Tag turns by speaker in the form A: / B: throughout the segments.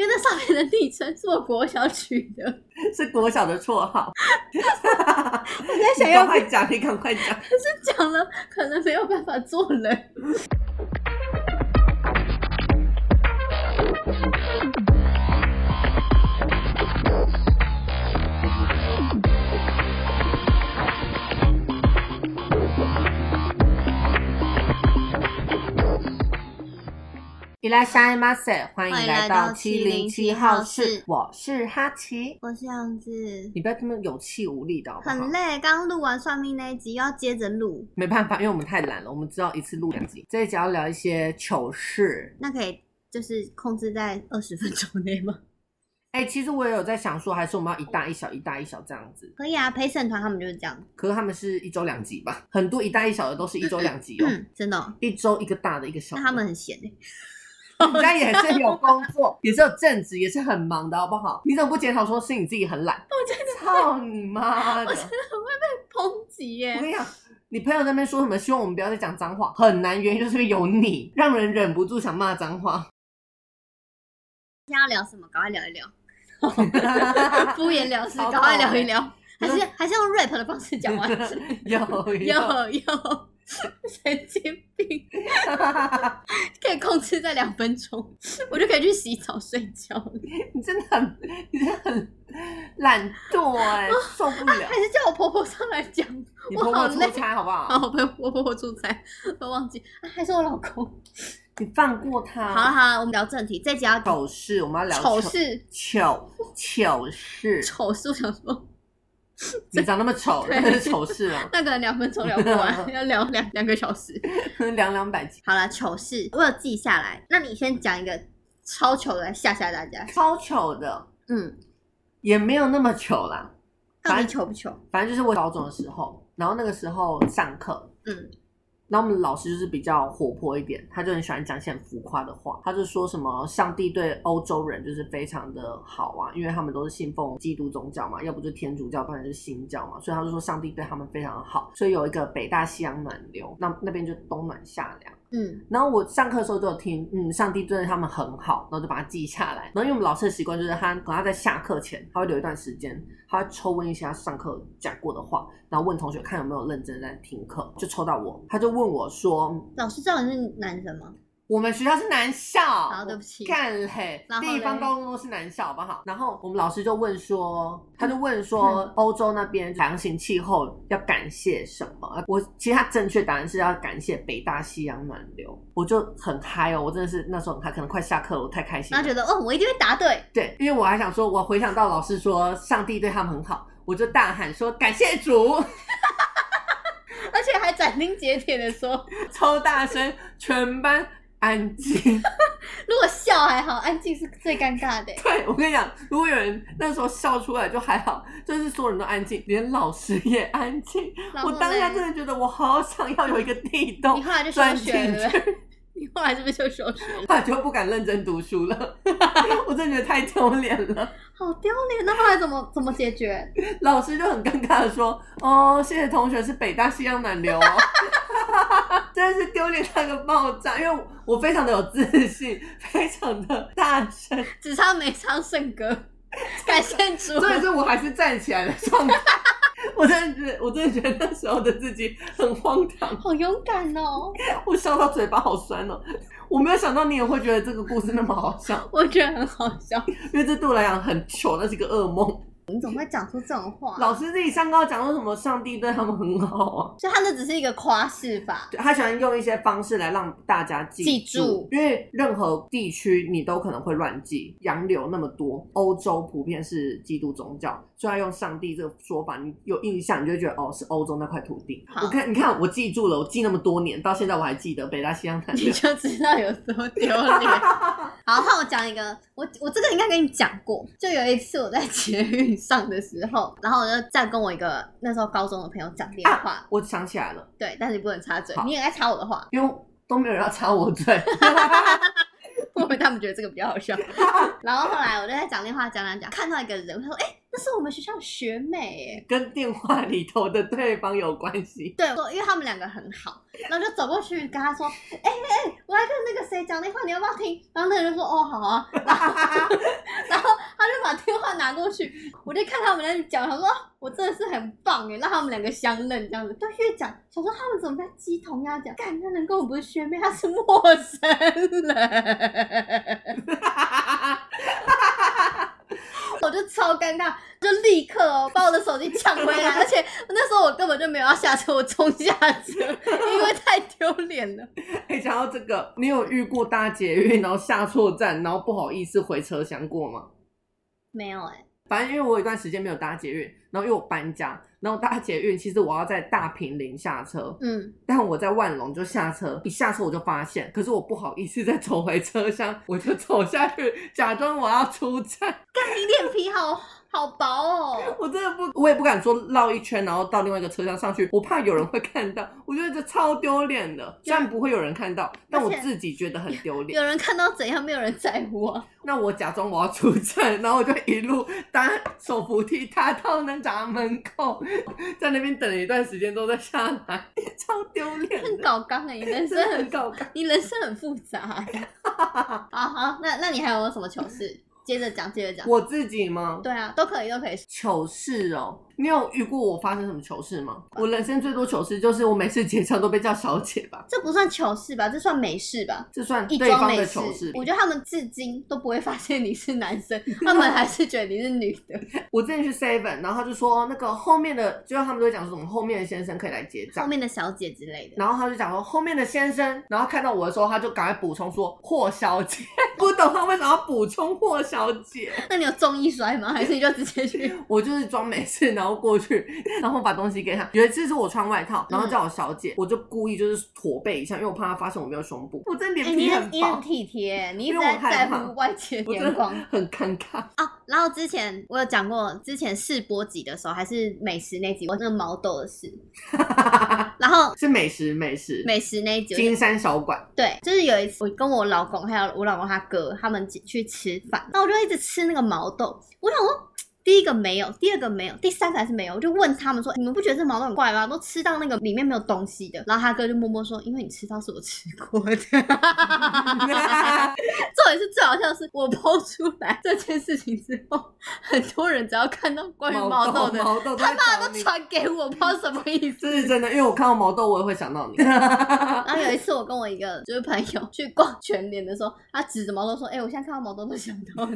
A: 因为那上面的昵称是我国小取的。
B: 是国小的绰 号。
A: 我在想
B: 你
A: 要不
B: 赶快讲，你赶快讲。
A: 是讲了，可能没有办法做人。
B: 伊拉沙伊马塞，欢
A: 迎来
B: 迎来
A: 到
B: 到七零七号室
A: 707，
B: 我是哈奇。
A: 我是杨子，
B: 你不要这么有气无力的好不好？
A: 很累，刚录完算命那一集，又要接着录。
B: 没办法，因为我们太懒了，我们只好一次录两集。这一集要聊一些糗事。
A: 那可以就是控制在二十分钟内吗？
B: 哎、其实我也有在想说，还是我们要一大一小，一大一小这样子。
A: 可以啊，陪审团他们就是这样。
B: 可是他们是一周两集吧？很多一大一小的都是一周两集哦，
A: 嗯，真的哦、
B: 一周一个大的，一个小
A: 那
B: 的。
A: 他们很闲欸
B: 人家也是有工作， 也是有正职，也是很忙的，好不好？你怎么不检讨说是你自己很懒？
A: 我觉得
B: 操你妈的！
A: 抨击耶、
B: 我跟你讲，你朋友在那边说什么，希望我们不要再讲脏话，很难，原因就是因为有你，让人忍不住想骂 脏话。
A: 今天要聊什么？赶快聊一聊，
B: 有
A: 敷衍了事，
B: 好
A: 赶快
B: 爆
A: 聊一
B: 欸
A: 聊，还是
B: 我
A: 还是用 rap 的方式讲完。有
B: 有，
A: 有， 神经 病，可以控制在两分钟，我就可以去洗澡睡觉了。
B: 你真的很，你真的很懒惰哎、 受不了
A: 还。是叫我婆婆上来讲，
B: 你
A: 我
B: 婆
A: 好
B: 婆出
A: 累
B: 差好不
A: 啊，
B: 好？
A: 我陪我婆婆出差，我忘记啊，还是我老公。
B: 你放过
A: 好了
B: 他。
A: 好了，我们聊正题，这集要
B: 丑事，我们要聊
A: 丑事，
B: 糗糗事。
A: 丑事，我想说
B: 你长那么丑，
A: 对
B: 那是丑事啊！
A: 那个两分钟聊不 完，要聊两两个小时。
B: 两两百集，
A: 好了，糗事我有记下来，那你先讲一个超糗的来吓吓大家。
B: 超糗的，
A: 嗯，
B: 也没有那么糗啦。
A: 到底
B: 反
A: 糗不糗？
B: 反正就是我高中的时候，然后那个时候上课，
A: 嗯，
B: 然后我们老师就是比较活泼一点，他就很喜欢讲一些很浮夸的话，他就说什么上帝对欧洲人就是非常的好啊，因为他们都是信奉基督宗教嘛，要不就天主教，不然就是新教嘛，所以他就说上帝对他们非常好，所以有一个北大西洋暖流，那那边就冬暖夏凉。
A: 嗯，
B: 然后我上课的时候就有听，嗯，上帝对他们很好，然后就把它记下来。然后因为我们老师的习惯就是他，可能他在下课前，他会留一段时间，他会抽问一下上课讲过的话，然后问同学看有没有认真在听课，就抽到我，他就问我说，
A: 老师知道你是男生吗？
B: 我们学校是男校，
A: 好对不起
B: 干嘞
A: 然，后嘞
B: 地方高中都是男校，好不好？然后我们老师就问说，他就问说，
A: 嗯
B: 欧洲那边海洋型气候要感谢什么？我其实他正确答案是要感谢北大西洋暖流，我就很嗨哦，我真的是那时候很嗨，可能快下课了，我太开心
A: 然后
B: 了。
A: 觉得哦，我一定会答对。
B: 对，因为我还想说，我回想到老师说上帝对他们很好，我就大喊说感谢主，
A: 而且还斩钉截铁的说，
B: 超大声，全班安静。
A: 如果笑还好，安静是最尴尬的。
B: 对，我跟你讲，如果有人那时候笑出来就还好，就是所有人都安静，连老师也安静。
A: 然后
B: 我
A: 嘞
B: 当下真的觉得我好想要有一个地
A: 你
B: 洞，
A: 后来就休
B: 钻
A: 学
B: 进
A: 了，对不
B: 去，
A: 对你后来是不是就休学了？
B: 我就不敢认真读书了。 我真的觉得太丢脸了。
A: 好丢脸！那后来怎么怎么解决？
B: 老师就很尴尬的说：“哦，谢谢同学是北大西洋暖流哦。” 真的是丢脸那个爆炸，因为我我非常的有自信，非常的大声，
A: 只差没唱圣歌，感谢 主。
B: 所以说我还是站起来的状态。我真的觉得，我真的觉得那时候的自己很荒唐，
A: 好勇敢哦！
B: 我笑到嘴巴好酸哦。我没有想到你也会觉得这个故事那么好笑，
A: 我觉得很好笑，
B: 因为这对我来讲很糗，那是一个噩梦。
A: 你怎么会讲出这种话？
B: 老师自己上高讲说什么上帝对他们很好啊，
A: 就他那只是一个夸饰吧，
B: 对他喜欢用一些方式来让大家记
A: 记住
B: 因为任何地区你都可能会乱记。洋流那么多，欧洲普遍是基督宗教，所以他用上帝这个说法，你有印象，你就会觉得哦是欧洲那块土地。
A: 好
B: 我看，你看，我记住了，我记那么多年，到现在我还记得北大西洋坦
A: 你
B: 克。
A: 就知道有多丢脸。好，那我讲一个，我我这个应该跟你讲过，就有一次我在捷运上的时候，然后我就在跟我一个那时候高中的朋友讲电话，
B: 我想起来了，
A: 对，但是你不能插嘴，
B: 啊好
A: 你也在插我的话，
B: 因为都没有人要插我嘴。
A: 我以为他们觉得这个比较好笑。然后后来我就在讲电话，讲讲讲，看到一个人，我说：“哎、那是我们学校的学妹耶。
B: 跟电话里头的对方有关系。
A: 对，我因为他们两个很好，然后就走过去跟他说：“哎哎、哎，我来跟那个谁讲电话，你要不要听？”然后那个人就说：“哦，好啊。”然后 然后他就把电话拿过去，我就看他们在讲，想说我真的是很棒哎，让他们两个相认这样子。但越讲，想说他们怎么在鸡同鸭讲？干，那人根本不是学妹，他是陌生人。 我就超尴尬，就立刻哦把我的手机抢回来，而且那时候我根本就没有要下车，我冲下车，因为太丢脸了。
B: 哎、讲到这个，你有遇过搭捷运然后下错站，然后不好意思回车厢过吗？
A: 没有哎、
B: 反正因为我有一段时间没有搭捷运，然后因为我搬家，然后搭捷运其实我要在大平林下车，
A: 嗯，
B: 但我在万隆就下车，一下车我就发现，可是我不好意思再 走回车厢，我就走下去假装我要出站，
A: 你脸皮好好薄哦。
B: 我真的不，我也不敢说绕一圈，然后到另外一个车厢上去，我怕有人会看到，我觉得这超丢脸的。虽然不会有人看到，但我
A: 而且
B: 自己觉得很丢脸。
A: 有人看到怎样，没有人在乎啊。
B: 那我假装我要出站， 然后我就一路搭手扶梯搭到那闸门口， 在那边等了一段时间都在下来， 超丢脸
A: 很
B: 的，
A: 搞刚哎、你人生
B: 真的很
A: 很，
B: 搞尬。
A: 你人生很复杂、欸。好好，那那你还有什么糗事？接着讲，接着讲。
B: 我自己吗？
A: 对啊，都可以，都可以。
B: 糗事哦，你有遇过我发生什么糗事吗？我人生最多糗事就是我每次结账都被叫小姐吧，
A: 这不算糗事吧？这算美事吧？
B: 这算
A: 一
B: 对
A: 桩
B: 方
A: 美
B: 的
A: 事
B: 糗事。。
A: 我觉得他们至今都不会发现你是男生，他们还是觉得你是女的。
B: 我之前去 Seven，然后他就说那个后面的，就是他们都会讲说什么后面的先生可以来结
A: 后
B: 账，
A: 面的小姐之类的，
B: 然后他就讲说后面的先生，然后看到我的时候，他就赶快补充说霍小姐，不懂他为什么要补充霍小姐，
A: 那你有中意摔吗？还是你就直接 去？
B: 我就是装没事，然后过去，然后把东西给他。有一次是我穿外套，然后叫我小姐，我就故意就是驼背一下，因为我怕他发现我没有胸部，我真的
A: 哎，
B: 脸
A: 你
B: 皮
A: 很
B: 很
A: 你很
B: 薄，
A: 体贴，你一直
B: 因为
A: 在
B: 我害
A: 在
B: 怕
A: 乎外界的
B: 我真
A: 眼
B: 的
A: 光
B: 很尴尬。
A: 哦。然后之前我有讲过，之前试播集的时候，还是美食那集，我那个毛豆的事。然后
B: 是美食美食，
A: 美食那一集，我就
B: 金山小馆，
A: 对，就是有一次我跟我老公还有我老公他哥他们去吃饭，那我就一直吃那个毛豆，我想说。第一个没有，第二个没有，第三个还是没有。我就问他们说：“你们不觉得这毛豆很怪吗？都吃到那个里面没有东西的。”然后他哥就默默说：“因为你吃到是我吃过的。”重点是最好笑的是，我 抛出来这件事情之后，很多人只要看到关于毛豆的，
B: 毛豆
A: 他
B: 爸
A: 爸都传给我，不知道什么 意思。
B: 这是真的，因为我看到毛豆，我也会想到你。
A: 然后有一次，我跟我一个就是朋友去逛全联的时候，他指着毛豆说：“哎、我现在看到毛豆都想到你，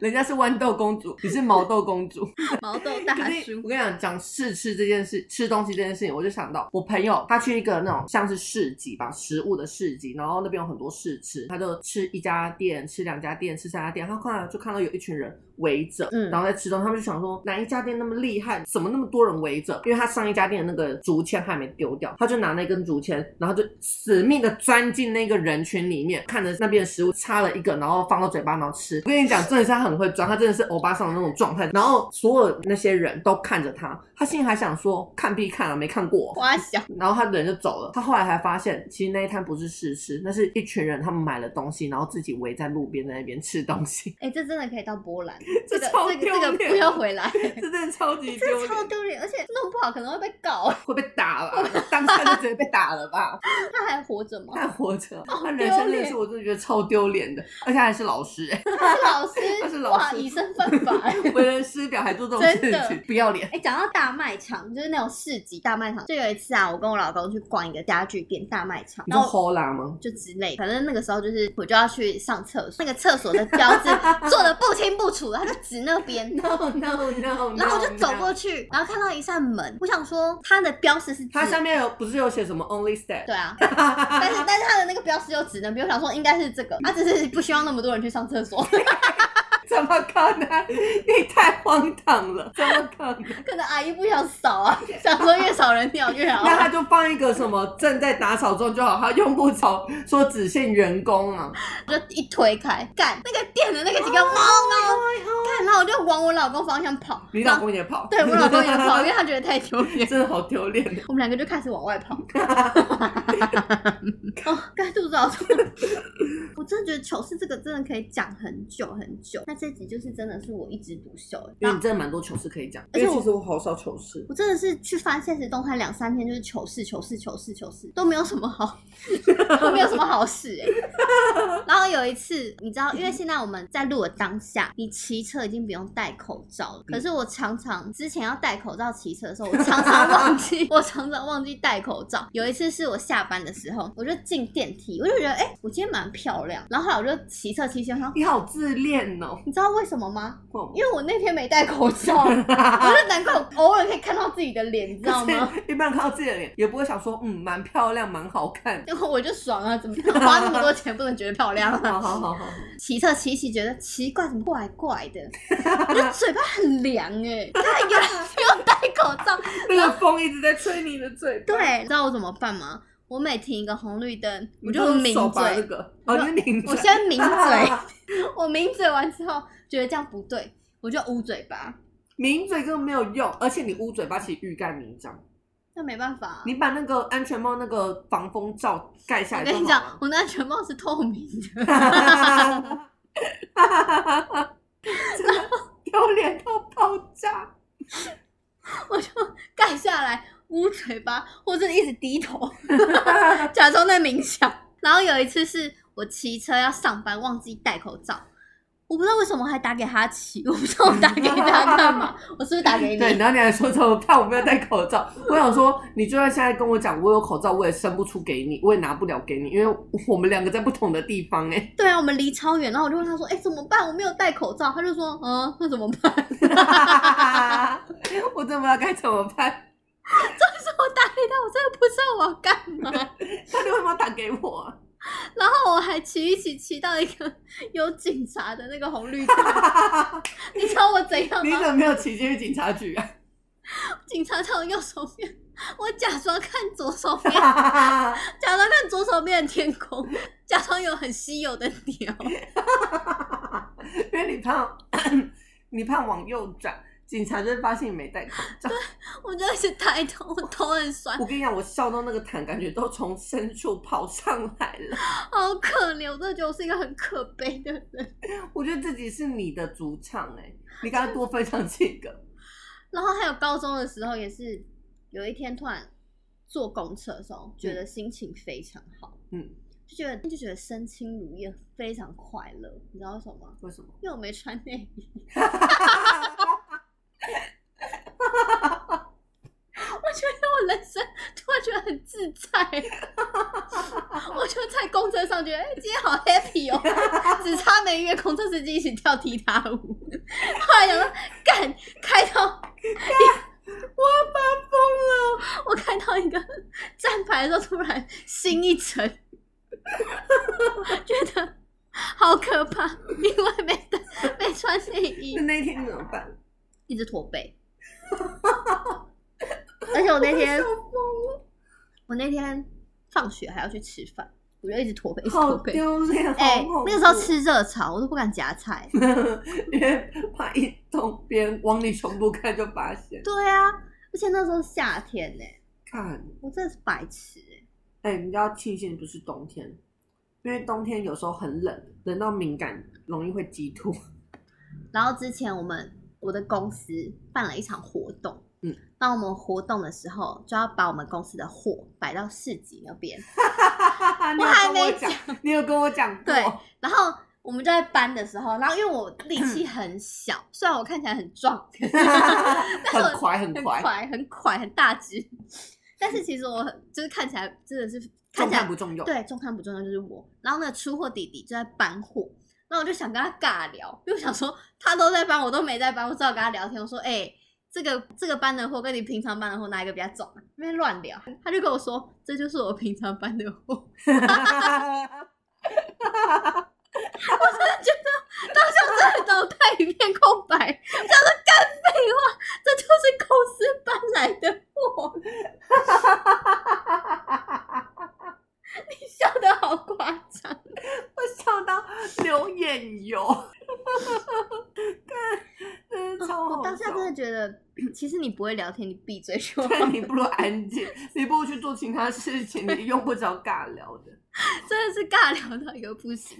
B: 人家是豌豆公主，你是毛豆公主。
A: 毛豆大
B: 可是
A: 叔
B: 我。跟你讲，讲试吃这件事，吃东西这件事情，我就想到我朋友他去一个那种像是市集吧，食物的市集，然后那边有很多试吃，他就吃一家店，吃两家店，吃三家店，他后来就看到有一群人围着，
A: 嗯
B: 然后在吃东西，他们就想说哪一家店那么厉害，怎么那么多人围着？因为他上一家店的那个竹签还没丢掉，他就拿那根竹签，然后就死命的钻进那个人群里面，看着那边的食物，插了一个，然后放到嘴巴，然后吃。我跟你讲，真的是他很会钻，他真的是欧巴桑的那种状态。然后所有那些人都看着他，他心里还想说看必看啊，没看过哦、
A: 花小，
B: 然后他人就走了。他后来还发现，其实那一摊不是试吃，那是一群人他们买了东西，然后自己围在路边在那边吃东西，
A: 哎、这真的可以到波兰，
B: 这
A: 个
B: 超
A: 这个这
B: 丢
A: 个
B: 脸
A: 不要回来，
B: 这 真的超级 丢
A: 这
B: 脸，
A: 超丢脸，而且弄不好可能会被告。
B: 会被打吧？当下就直接被打了吧？
A: 他还活着 吗？
B: 他还活着，他
A: 丢
B: 人
A: 脸
B: 生真的是我真的觉得超丢脸的，而且他还是老师、欸，
A: 他是老师，
B: 他是老
A: 哇，
B: 师
A: 以身犯法。
B: 为人师表还做这种
A: 真
B: 事
A: 的
B: 情，不要脸。
A: 哎、讲到大卖场，就是那种市集大卖场，就有一次啊，我跟我老公去逛一个家具店大卖场，
B: 你
A: 然
B: 说
A: 后
B: h o l a 吗？
A: 就之类，反正那个时候就是我就要去上厕所，那个厕所的标 志做的不清不楚的，他就指那边。
B: No no no，
A: 然后我就走过去，然后看到一扇门，我想说它的标识是
B: 它
A: 指
B: 上面有不是有写什么 Only Step？
A: 对啊，但是但是它的那个标识有指那边，我想说应该是这个，他啊只是不希望那么多人去上厕所，
B: 怎么可能？你太荒唐了，怎么可能？
A: 可能阿姨不想扫啊，想说越少人尿越好。
B: 那他就放一个什么正在打扫中就好，他用不着说只限员工啊。
A: 我就一推开，干那个店的那个几个猫猫，啊
B: 哎呦
A: 看，然后我就往我老公方向跑，
B: 你
A: 然
B: 老
A: 后
B: 公也跑，
A: 对我老公也跑，因为他觉得太丢脸。
B: 真的好丢脸。
A: 我们两个就开始往外 跑。哦，该肚子好痛。 我真的觉得糗事这个真的可以讲很久很久。那这集就是真的是我一枝独秀。
B: 因
A: 然
B: 为
A: 后
B: 你真的蛮多糗事可以讲，
A: 而
B: 因
A: 且
B: 为
A: 我
B: 其实我好少糗事，
A: 我真的是去翻现实动态两三天，就是糗事、糗事、糗事、糗事，都没有什么好，都没有什么好事哎、然后有一次，你知道，因为现在我们在录的当下，你骑车已经不用戴口罩了。可是我常常之前要戴口罩骑车的时候，我常常忘记，我常常忘记戴口罩。有一次是我下班的时候，我就进电梯，我就觉得哎、我今天蛮漂亮。然后后来我就骑车骑车，然后
B: 你好自恋哦。
A: 你知道为什么吗？
B: 哇
A: 因为我那天没戴口罩，我就难怪我偶尔可以看到自己的脸，你知道吗？
B: 就是 一般看到自己的脸，也不会想说，嗯，蛮漂亮，蛮好看。
A: 然后我就爽啊，怎么样？花那么多钱不能觉得漂亮啊？
B: 好好 好好，
A: 骑车骑一骑，觉得奇怪，怎么怪怪的？我的嘴巴很凉哎、欸，那个不用戴口罩。
B: 那个风一直在吹你的嘴巴，
A: 对，你知道我怎么办吗？我每停一个红绿灯，我
B: 你
A: 就
B: 用
A: 抿
B: 手把这
A: 嘴，
B: 个，哦，你是抿嘴，
A: 我先抿 嘴，我抿嘴完之后觉得这样不对，我就捂嘴巴。
B: 抿嘴根本没有用，而且你捂嘴巴其实欲盖弥彰。
A: 那没办法、啊，啊
B: 你把那个安全帽那个防风罩盖下
A: 我
B: 来就
A: 跟你
B: 好
A: 讲
B: 了，。
A: 我那安全帽是透明的。
B: 真的丢脸到爆炸！
A: 我就盖下来捂嘴巴，或者一直低头，假装在冥想。 然后有一次是我骑车要上班，忘记戴口罩，我不知道为什么我还打给哈奇， 我不知道我打给他干嘛，我是不是打给
B: 对，
A: 你？
B: 然后你还说怎么办？我没有戴口罩。我想说，你就算现在跟我讲我有口罩，我也伸不出给你，我也拿不了给你，因为我们两个在不同的地方哎、
A: 对啊，我们离超远，然后我就问他说：“哎、怎么办？我没有戴口罩。”他就说：“嗯，那怎么办？”
B: 我真的不知道该怎么办。
A: 就是我打给他，我真的不知道我要干嘛。
B: 他为什么要打给我、啊？
A: 然后我还骑一骑，骑到一个有警察的那个红 绿灯，你知道我怎样
B: 你
A: 吗
B: 怎？么没有骑进去警察局啊？
A: 警察在我右手边，我假装看左手边，
B: 你
A: 假装看左手边的天空，假装有很稀有的鸟。
B: 因为你怕你怕往右转，警察就会发现你没戴口罩。
A: 我就一直抬头，我头很酸
B: 我，跟你讲，我笑到那个痰感觉都从深处跑上来了。
A: 好可怜。我真的觉得我是一个很可悲的人。
B: 我觉得自己是你的主场哎、你刚刚多分享几个，
A: 然后还有高中的时候也是，有一天突然坐公车的时候，觉得心情非常好，
B: 嗯，
A: 就觉得就觉得身轻如燕，非常快乐。你知道为什么吗？
B: 为什么？
A: 因为我没穿内衣，我觉得我人生突然觉得很自在， 我就在公车上觉得，哎、今天好 happy 哦，只差没约公车司机一起跳踢踏舞。后来想说，干开到
B: 我发疯了！
A: 我看到一个站牌的时候，突然心一沉，觉得好可怕，因为没带没穿内衣
B: 那，那一天你怎么办？
A: 一直驼背。而且我那天
B: 笑疯了，
A: 我那天放学还要去吃饭，我就一直驼背，一直驼
B: 好
A: 背。
B: 丢脸，
A: 哎、
B: 好恐怖
A: 那个时候，吃热炒，我都不敢夹菜。
B: 因为怕一从别人往你胸部看就发现。
A: 对啊，而且那时候夏天呢、
B: 看，
A: 我真的是白痴哎、
B: 哎、你要庆幸不是冬天，因为冬天有时候很冷，冷到敏感，容易会激吐。
A: 然后之前我们我的公司办了一场活动，
B: 嗯，
A: 当我们活动的时候，就要把我们公司的货摆到市集那边，
B: 你有
A: 还
B: 跟
A: 没
B: 我讲，你有跟我讲过，
A: 对 然后。我们就在搬的时候，然后因为我力气很小，虽然我看起来很壮，可是
B: 很快很
A: 很
B: 快，
A: 快，很快，很大只。但是其实我很就是看起来真的是看
B: 重
A: 起
B: 看
A: 来
B: 不重用。
A: 对重看不重要就是我。然后那个出货弟弟就在搬货，然后我就想跟他尬聊，因为我想说他都在搬，我都没在搬，我只好跟他聊天。我说：“哎、这个这个搬的货跟你平常搬的货哪一个比较重、啊？”那边乱聊，他就跟我说：“这就是我平常搬的货。”当下我真的脑袋一片空白，我想说干废话，这就是公司搬来的货。 你笑得好夸张。
B: 我笑到流眼油。
A: 哦当下真的觉得，其实你不会聊天，你闭嘴说话，
B: 但 你不如安静，你不如去做其他事情，你用不着尬聊的。
A: 真的是尬聊到一个不行。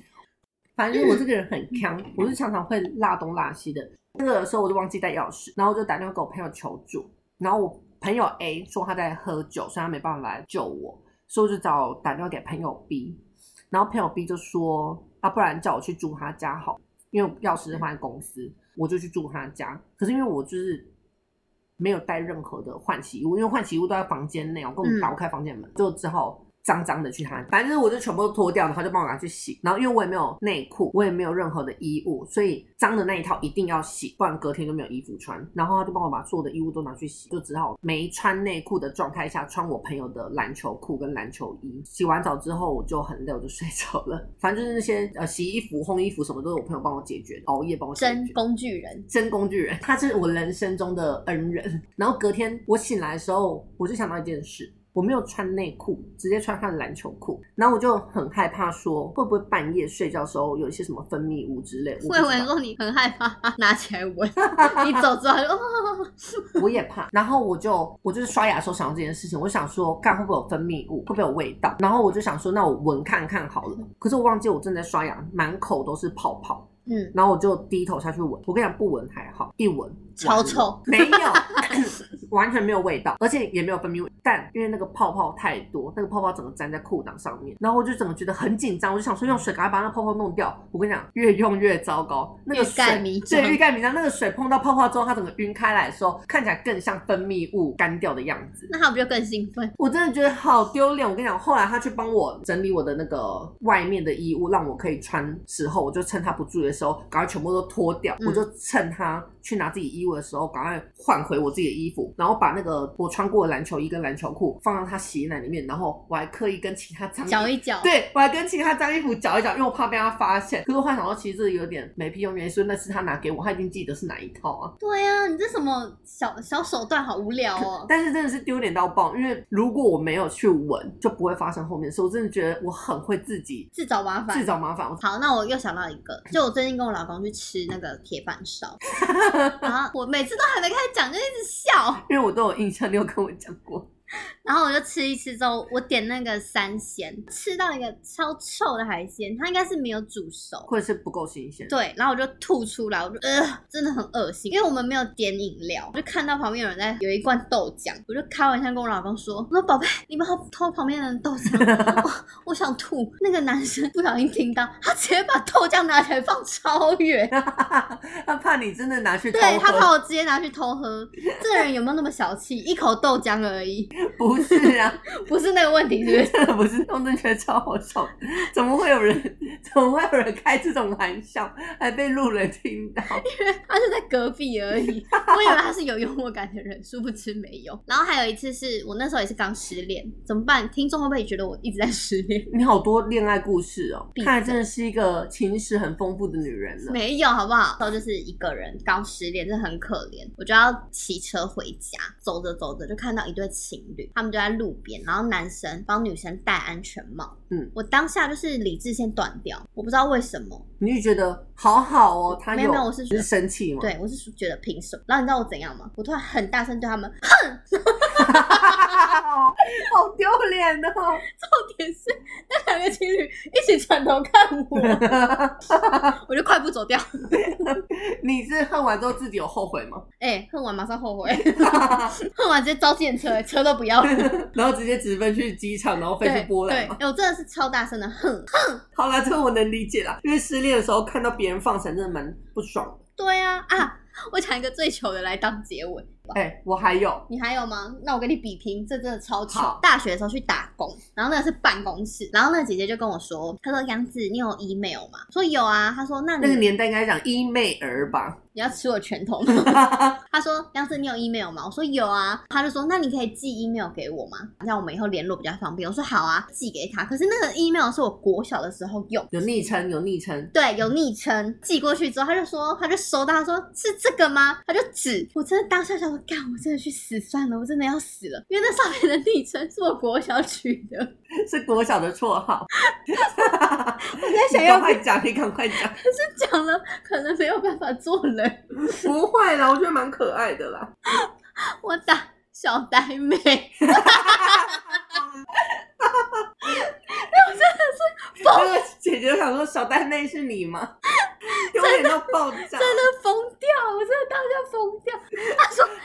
B: 反正我这个人很强，我是常常会落东落西的。那个时候我就忘记带钥匙，然后我就打电话给我朋友求助，然后我朋友 A 说他在喝酒，所以他没办法来救我，所以我就找打电话给朋友 B，然后朋友 B 就说啊，不然叫我去住他家好，因为钥匙是放在公司，我就去住他家。可是因为我就是没有带任何的换洗物，因为换洗物都在房间内，我根本打不开房间门，就只好脏脏的去他。反正我就全部都脱掉，然后就帮我拿去洗。然后因为我也没有内裤，我也没有任何的衣物，所以脏的那一套一定要洗，不然隔天就没有衣服穿。然后他就帮我把所有的衣物都拿去洗，就只好没穿内裤的状态下穿我朋友的篮球裤跟篮球衣。洗完澡之后我就很累，我就 睡着了。反正就是那些呃洗衣服、烘衣服什么都是我朋友帮我解决，熬夜帮我解
A: 真
B: 决。
A: 工具人，
B: 真工具人， 他是我人生中的恩人。然后隔天我醒来的时候，我就想到一件事，我没有穿内裤，直接穿他的篮球裤，然后我就很害怕说会不会半夜睡觉的时候有一些什么分泌物之类，我不
A: 会
B: 知
A: 闻
B: 道
A: 说你很害怕，拿起来闻， 你走之后就哦，
B: 我也怕。然后我就我就是刷牙的时候想到这件事情，我想说干会不会有分泌物，会不会有味道？然后我就想说那我闻看看好了，可是我忘记我正在刷牙，满口都是泡泡。
A: 嗯，
B: 然后我就低头下去闻，我跟你讲不闻还好，一闻
A: 超臭，
B: 完了没有， 完全没有味道，而且也没有分泌物，但因为那个泡泡太多，那个泡泡整个粘在裤裆上面，然后我就整个觉得很紧张，我就想说用水赶快把那泡泡弄掉。我跟你讲，越用越糟糕，那个
A: 欲盖
B: 水
A: 弥彰
B: 对欲盖弥彰，那个水碰到泡泡之后，它整个晕开来的时候，看起来更像分泌物干掉的样子。
A: 那他不就更兴奋？
B: 我真的觉得好丢脸。我跟你讲，后来他去帮我整理我的那个外面的衣物，让我可以穿时候，我就趁他不注意的时候，赶快全部都脱掉。
A: 嗯
B: 我就趁他去拿自己衣物的时候，赶快换回我自己的衣服，然后把那个我穿过的篮球衣跟篮球裤放到他洗衣篮里面，然后我还刻意跟其他脏衣
A: 搅一搅，
B: 对，我还跟其他脏衣服搅一搅，因为我怕被他发现。可是我幻想到，其实这有点没屁用，原因是那是他拿给我，他已经记得是哪一套啊。
A: 对啊，你这什么小小手段，好无聊哦。
B: 但是真的是丢脸到爆，因为如果我没有去闻，就不会发生后面的事。我真的觉得我很会自己
A: 自找麻
B: 自
A: 烦。
B: 找麻烦。我
A: 好，那我又想到一个，就我最近跟我老公去吃那个铁板 烧，然后我每次都还没开始讲就一直笑，
B: 因为我都有印象，你有跟我讲过，
A: 然后我就吃一吃之后，我点那个三鲜，吃到一个超臭的海鲜，它应该是没有煮熟。
B: 或者是不够新鲜。
A: 对，然后我就吐出来，我就呃，真的很恶心，因为我们没有点饮料，我就看到旁边有人在有一罐豆浆，我就开玩笑跟我老公说：“我说宝贝，你们要偷旁边的人豆浆我，我想吐。”那个男生不小心听到，他直接把豆浆拿起来放超远，
B: 他怕你真的拿去偷
A: 对他把
B: 喝，
A: 我直接拿去偷喝。这个人有没有那么小气？一口豆浆而已，
B: 不是 啊，
A: 不是那个问题，是不是？
B: 真的不是，我真的觉得超好笑，怎么会有人，怎么会有人开这种玩笑，还被路人听到？
A: 他是在隔壁而已。我以为他是有幽默感的人，殊不知没有。然后还有一次是我那时候也是刚失恋，怎么办？听众会不会觉得我一直在失恋？
B: 你好多恋爱故事哦，
A: 闭嘴
B: 看来真的是一个情史很丰富的女人了。
A: 没有，好不好？那时候就是一个人刚失恋，真的很可怜。我就要骑车回家，走着走着就看到一对情侣，他们就在路边，然后男生帮女生戴安全帽。
B: 嗯，
A: 我当下就是理智线断掉，我不知道为什么。
B: 你就觉得好好哦，他
A: 没有没有我是觉
B: 你
A: 得
B: 是生气吗？
A: 对我是觉得凭什么？然后你知道我怎样吗？我突然很大声对他们，
B: 好丢脸哦！
A: 重点是那两个情侣一起转头看 我，我就快步走掉。
B: 你是恨完之后自己有后悔吗？
A: 哎、恨完马上后 悔，恨完直接招电车，车都不要了。
B: 然后直接直奔去机场，然后飞
A: 对
B: 去波
A: 对，
B: 兰
A: 哎
B: 吗？、
A: 我真的是超大声的恨。
B: 好啦，这个我能理解啦，因为失恋的时候看到别人放闪，真的蛮不爽的。
A: 对啊啊，我讲一个最糗的来当结尾。
B: 哎、我还有，
A: 你还有吗？那我跟你比拼，这真的超糗
B: 好。
A: 大学的时候去打工，然后那个是办公室，然后那个姐姐就跟我说，她说杨子，你有 email 吗？我说有啊。她说那你
B: 那个年代应该讲伊妹儿吧？
A: 你要吃我拳头吗？ 他说：“杨子，你有 email 吗？”我说：“有啊。”他就说：“那你可以寄 email 给我吗？让我们以后联络比较方便。”我说：“好啊，寄给他。”可是那个 email 是我国小的时候用，
B: 有昵称，有昵称。
A: 对，有昵称，寄过去之后，他就说，他就收到，他说是这这个吗？”他就指，我真的当下想说：“干，我真的去死算了，我真的要死了。”因为那上面的昵称是我国小取的，我
B: 是国小的绰号。
A: 在想
B: 你
A: 要不
B: 赶快讲，你赶快讲。
A: 是讲了，可能没有办法做人。
B: 不会啦，我觉得蛮可爱的啦。
A: 我打小呆 妹，
B: 那个姐姐想说，小呆妹是你吗？有点到爆炸。
A: 真的疯掉，我真的当下疯掉。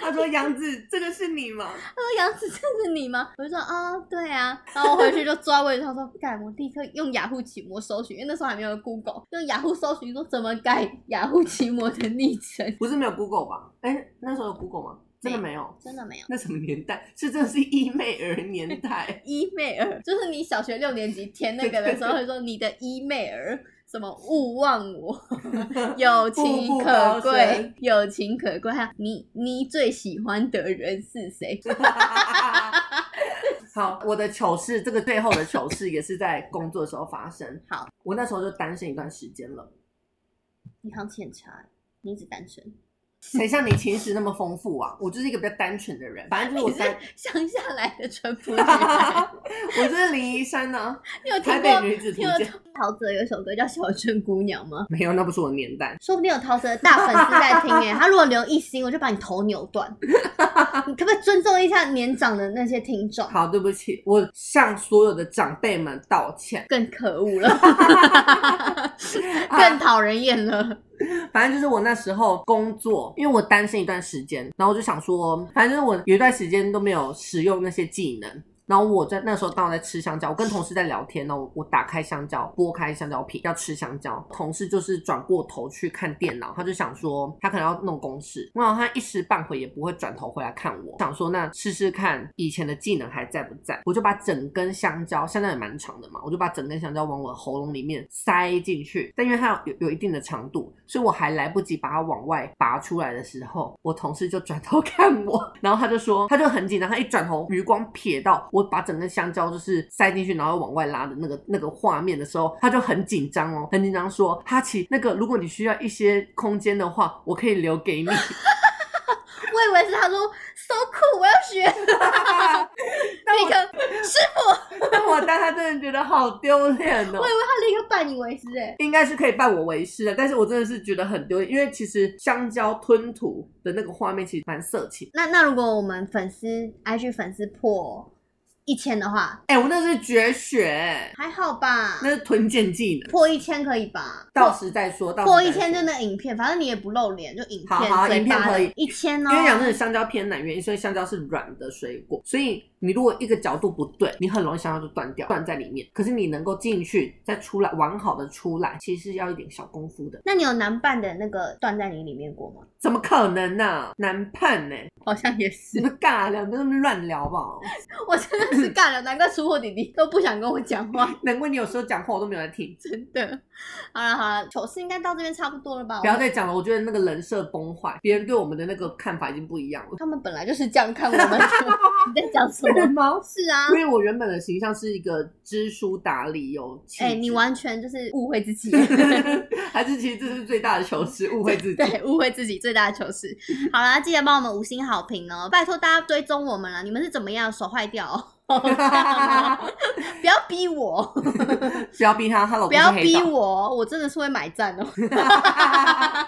B: 他说：“杨子，这个是你吗
A: 他说：“杨子，这是你吗？”我就说：“哦，对啊。”然后我回去就抓位置，他说：“干！”我立刻用雅虎奇摩搜寻，因为那时候还没有 Google，用雅虎搜寻说怎么改雅虎奇摩的昵称？”，
B: 不是没有 Google 吧？哎、那时候有 Google 吗？真的没有。
A: 真的没有。。
B: 那什么年代？是真的是伊妹儿年代
A: 伊妹儿就是你小学六年级填那个的时候会说你的伊妹儿。什么勿忘我，友情
B: 步步
A: 可
B: 高
A: 贵
B: 升，
A: 友情可贵。还有你，你最喜欢的人是谁？
B: 好，我的糗事，这个最后的糗事也是在工作的时候发生。
A: 好，
B: 我那时候就单身一段时间了，
A: 你好像很差，欸你一直单身。
B: 谁像你情史那么丰富啊？我就是一个比较单纯的人，反正就是
A: 你
B: 我
A: 是
B: 单，
A: 乡下来的淳 朴女孩。
B: 我就是林依珊 呢、啊，
A: 你有听
B: 台
A: 过
B: 北女子图
A: 听过
B: 鉴。
A: 陶喆有一首歌叫《小镇姑娘》吗？
B: 没有，那不是我的年代。
A: 说不定有陶喆的大粉丝在听欸耶、他如果留一星，我就把你头扭 断。你可不可以尊重一下年长的那些听众？
B: 好，对不起，我向所有的长辈们道歉。
A: 更可恶了，更
B: 啊
A: 讨人厌了。
B: 反正就是我那时候工作，因为我单身一段时间，然后我就想说，反正就是我有一段时间都没有使用那些技能。然后我在那时候刚好在吃香蕉，我跟同事在聊天，然后我我打开香蕉，剥开香蕉皮要吃香蕉，同事就是转过头去看电脑，他就想说他可能要弄公事，然后他一时半会也不会转头回来看我，想说那试试看以前的技能还在不在，我就把整根香蕉，香蕉也蛮长的嘛，我就把整根香蕉往我喉咙里面塞进去，但因为它有有有一定的长度，所以我还来不及把它往外拔出来的时候，我同事就转头看我， 然后他就说，他就很紧张，他一转头余光瞥到我把整根香蕉就是塞进去，然后往外拉的那个那个画面的时候，他就很紧张哦，很紧张说，哈奇，那个如果你需要一些空间的话，我可以留给你。
A: 我以为是他说 so cool，我要学。立刻，师傅，
B: 但我当他真的觉得好丢脸哦
A: 我以。为他立刻拜你为师哎。
B: 应该是可以拜我为师的，但是我真的是觉得很丢脸，因为其实香蕉吞吐的那个画面其实蛮色情。
A: 那那如果我们粉丝 IG 粉丝破一千的话，
B: 哎、我那是绝学、
A: 还好吧？
B: 那是吞剑技能，
A: 破一千可以吧？
B: 到时再说。到时
A: 破
B: 再
A: 一
B: 说
A: 千真。的影片，反正你也不露脸，就影片、
B: 好好
A: 嘴
B: 影片
A: 巴
B: 可以
A: 一千哦。
B: 因为讲真的，香蕉偏难原因，所以香蕉是软的水果，所以你如果一个角度不对，你很容易香蕉就断掉，断在里面。可是你能够进去再出来，完好的出来，其实是要一点小功夫的。
A: 那你有男伴的那个断在你里面过吗？
B: 怎么可能呢、难判呢、
A: 好像也
B: 你
A: 是，
B: 们尬聊，你们在那边乱聊吧。
A: 我真的 是干了，难怪出货弟弟都不想跟我讲话，
B: 难怪你有时候讲话我都没有在听。
A: 真的。好了好了，糗事应该到这边差不多了吧？
B: 不要再讲了，我觉得那个人设崩坏，别人对我们的那个看法已经不一样了。
A: 他们本来就是这样看我们的，你在讲什
B: 对
A: 么？
B: 吗？
A: 是啊
B: 因，为我原本的形象是一个知书达理、有气质。
A: 哎、你完全就是误会自己。
B: 还是其实这是最大的糗事，误会自己。
A: 对，误会自己最大的糗事。好啦，记得帮我们五星好评哦，拜托大家追踪我们啦！你们是怎么样手坏掉、哦？ 这样吗不要逼我，
B: 不要逼他，他老
A: 不
B: 公是
A: 要
B: 黑
A: 逼
B: 道。
A: 我，我真的是会买赞哦。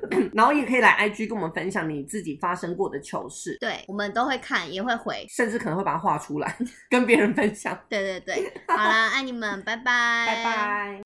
B: 然后也可以来 IG 跟我们分享你自己发生过的糗事，
A: 对，我们都会看，也会回。
B: 甚至可能会把它画出来跟别人分享。
A: 对对对，好啦，爱你们，拜拜，
B: 拜。拜。